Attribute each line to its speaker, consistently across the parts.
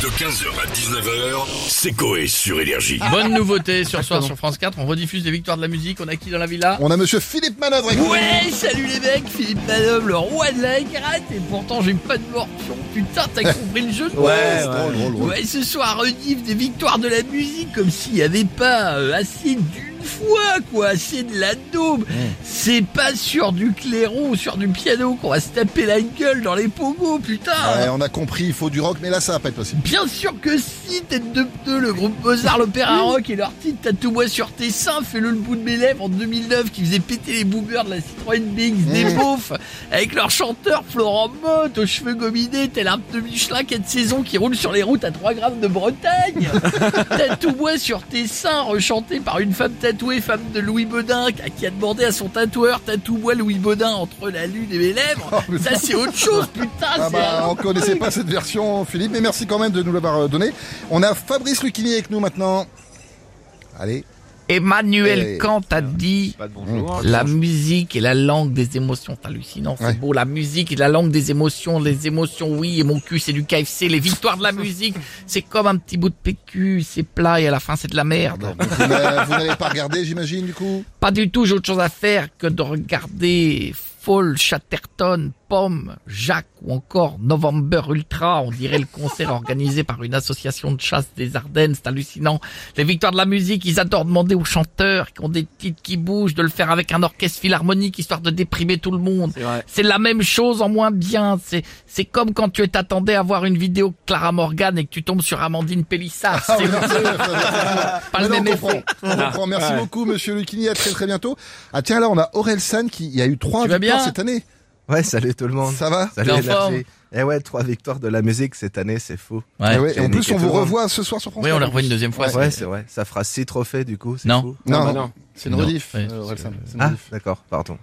Speaker 1: De 15h à 19h, c'est Coé sur Énergie.
Speaker 2: Bonne nouveauté sur soir sur France 4, on rediffuse les victoires de la musique, on a qui dans la villa
Speaker 3: On a monsieur Philippe Manœuvre. avec nous.
Speaker 2: Ouais, salut les mecs, Philippe Manom, le roi de la gratte, et pourtant j'ai pas de morpion. Putain, t'as compris le jeu de mots
Speaker 3: c'est drôle, drôle, drôle.
Speaker 2: Ouais, ce soir, rediff des victoires de la musique, comme s'il n'y avait pas euh, assez d'une fois, quoi, assez de la daube. C'est pas sur du clairon ou sur du piano qu'on va se taper la gueule dans les pogos, putain
Speaker 3: Ouais, on a compris, il faut du rock, mais là ça va pas être possible.
Speaker 2: Bien sûr que si, tête de pneu, le groupe Mozart, l'opéra rock et leur titre Tatoue-moi sur tes seins, fais-le le bout de mes lèvres en 2009 qui faisait péter les boomers de la Citroën BX des
Speaker 3: Eh.
Speaker 2: beaufs avec leur chanteur Florent Mott aux cheveux gominés tel un pneu Michelin 4 saisons qui roule sur les routes à 3 grammes de Bretagne. Tatoue-moi sur tes seins rechanté par une femme tatouée, femme de Louis Baudin à qui a demandé à son tatoueur Tatoue-moi Louis Baudin entre la lune et mes lèvres.
Speaker 3: Oh, mais
Speaker 2: Ça c'est autre chose, putain,
Speaker 3: Ah
Speaker 2: c'est un
Speaker 3: bah, on connaissait pas cette version, Philippe, mais merci quand même de nous l'avoir euh, donné. On a Fabrice Lucchini avec nous maintenant. Allez.
Speaker 2: Emmanuel
Speaker 3: Eh.
Speaker 2: Kant a dit la musique est la langue des émotions. C'est hallucinant, c'est
Speaker 3: Ouais.
Speaker 2: beau. La musique est la langue des émotions. Les émotions, oui, et mon cul, c'est du KFC. Les victoires de la musique, c'est comme un petit bout de PQ, c'est plat et à la fin, c'est de la merde.
Speaker 3: Bon, donc, vous n'a- vous n'allez pas regarder, j'imagine, du coup
Speaker 2: Pas du tout, j'ai autre chose à faire que de regarder Fall, Chatterton, Pomme, Jacques ou encore November Ultra. On dirait le concert organisé par une association de chasse des Ardennes. C'est hallucinant. Les victoires de la musique, ils adorent demander aux chanteurs qui ont des titres qui bougent de le faire avec un orchestre philharmonique histoire de déprimer tout le monde. C'est la même chose en moins bien. C'est, c'est comme quand tu t'attendais à voir une vidéo de Clara Morgan et que tu tombes sur Amandine Pélissard.
Speaker 3: Ah
Speaker 2: C'est
Speaker 3: oui, merci, Fabrice.
Speaker 2: pas le
Speaker 3: Maintenant,
Speaker 2: même
Speaker 3: on comprend.
Speaker 2: effet. Ah.
Speaker 3: On comprend. Merci beaucoup, monsieur Lucchini. À très très bientôt. Ah tiens, là, on a Aurel San qui il y a eu trois
Speaker 2: Tu vas bien
Speaker 3: victoires cette année.
Speaker 4: Ouais, salut tout le monde.
Speaker 3: Ça va
Speaker 4: Salut
Speaker 2: T'es en
Speaker 4: énergie.
Speaker 2: forme
Speaker 4: Eh ouais, trois victoires de la musique cette année, c'est fou.
Speaker 3: Eh ouais, et En
Speaker 4: J'ai
Speaker 3: plus,
Speaker 4: niqué
Speaker 3: on
Speaker 4: tout
Speaker 3: vous
Speaker 4: le monde.
Speaker 3: revoit ce soir sur France.
Speaker 2: Oui, on
Speaker 3: Quatre.
Speaker 2: la revoit une deuxième fois.
Speaker 4: Ouais, c'est vrai. Ça fera six trophées du coup, c'est
Speaker 2: Non.
Speaker 4: fou.
Speaker 3: Non,
Speaker 5: bah
Speaker 3: non,
Speaker 5: non.
Speaker 3: c'est une
Speaker 2: Non,
Speaker 3: rediff,
Speaker 2: ouais,
Speaker 3: euh,
Speaker 2: parce
Speaker 3: Aurel San. C'est une
Speaker 4: Ah,
Speaker 3: rediff.
Speaker 4: d'accord, pardon.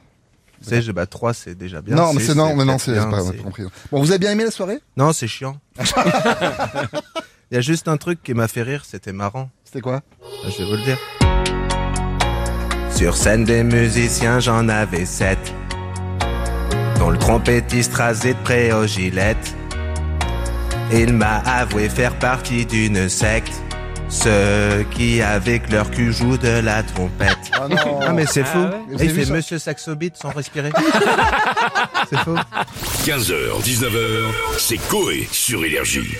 Speaker 4: Tu sais, je- bah, trois, c'est déjà bien.
Speaker 3: Non, mais
Speaker 4: Six,
Speaker 3: c'est non, mais non,
Speaker 4: peut-être
Speaker 3: c'est
Speaker 4: bien,
Speaker 3: c'est pas
Speaker 4: c'est-
Speaker 3: j'ai compris. Bon, vous avez bien aimé la soirée
Speaker 4: Non, c'est chiant. Il y a juste un truc qui m'a fait rire, c'était marrant.
Speaker 3: C'était quoi
Speaker 4: Ah, Je vais vous le dire. Sur scène des musiciens, j'en avais sept. Dont le trompettiste rasé de près aux gilettes. Il m'a avoué faire partie d'une secte. Ceux qui, avec leur cul, jouent de la trompette.
Speaker 3: Ah non.
Speaker 4: Ah, mais c'est fou.
Speaker 3: Vous
Speaker 4: Et
Speaker 3: avez
Speaker 4: Il
Speaker 3: vu
Speaker 4: fait
Speaker 3: ça
Speaker 4: Monsieur Saxobit sans respirer. c'est fou.
Speaker 1: 15h, 19h, c'est Coé sur Énergie.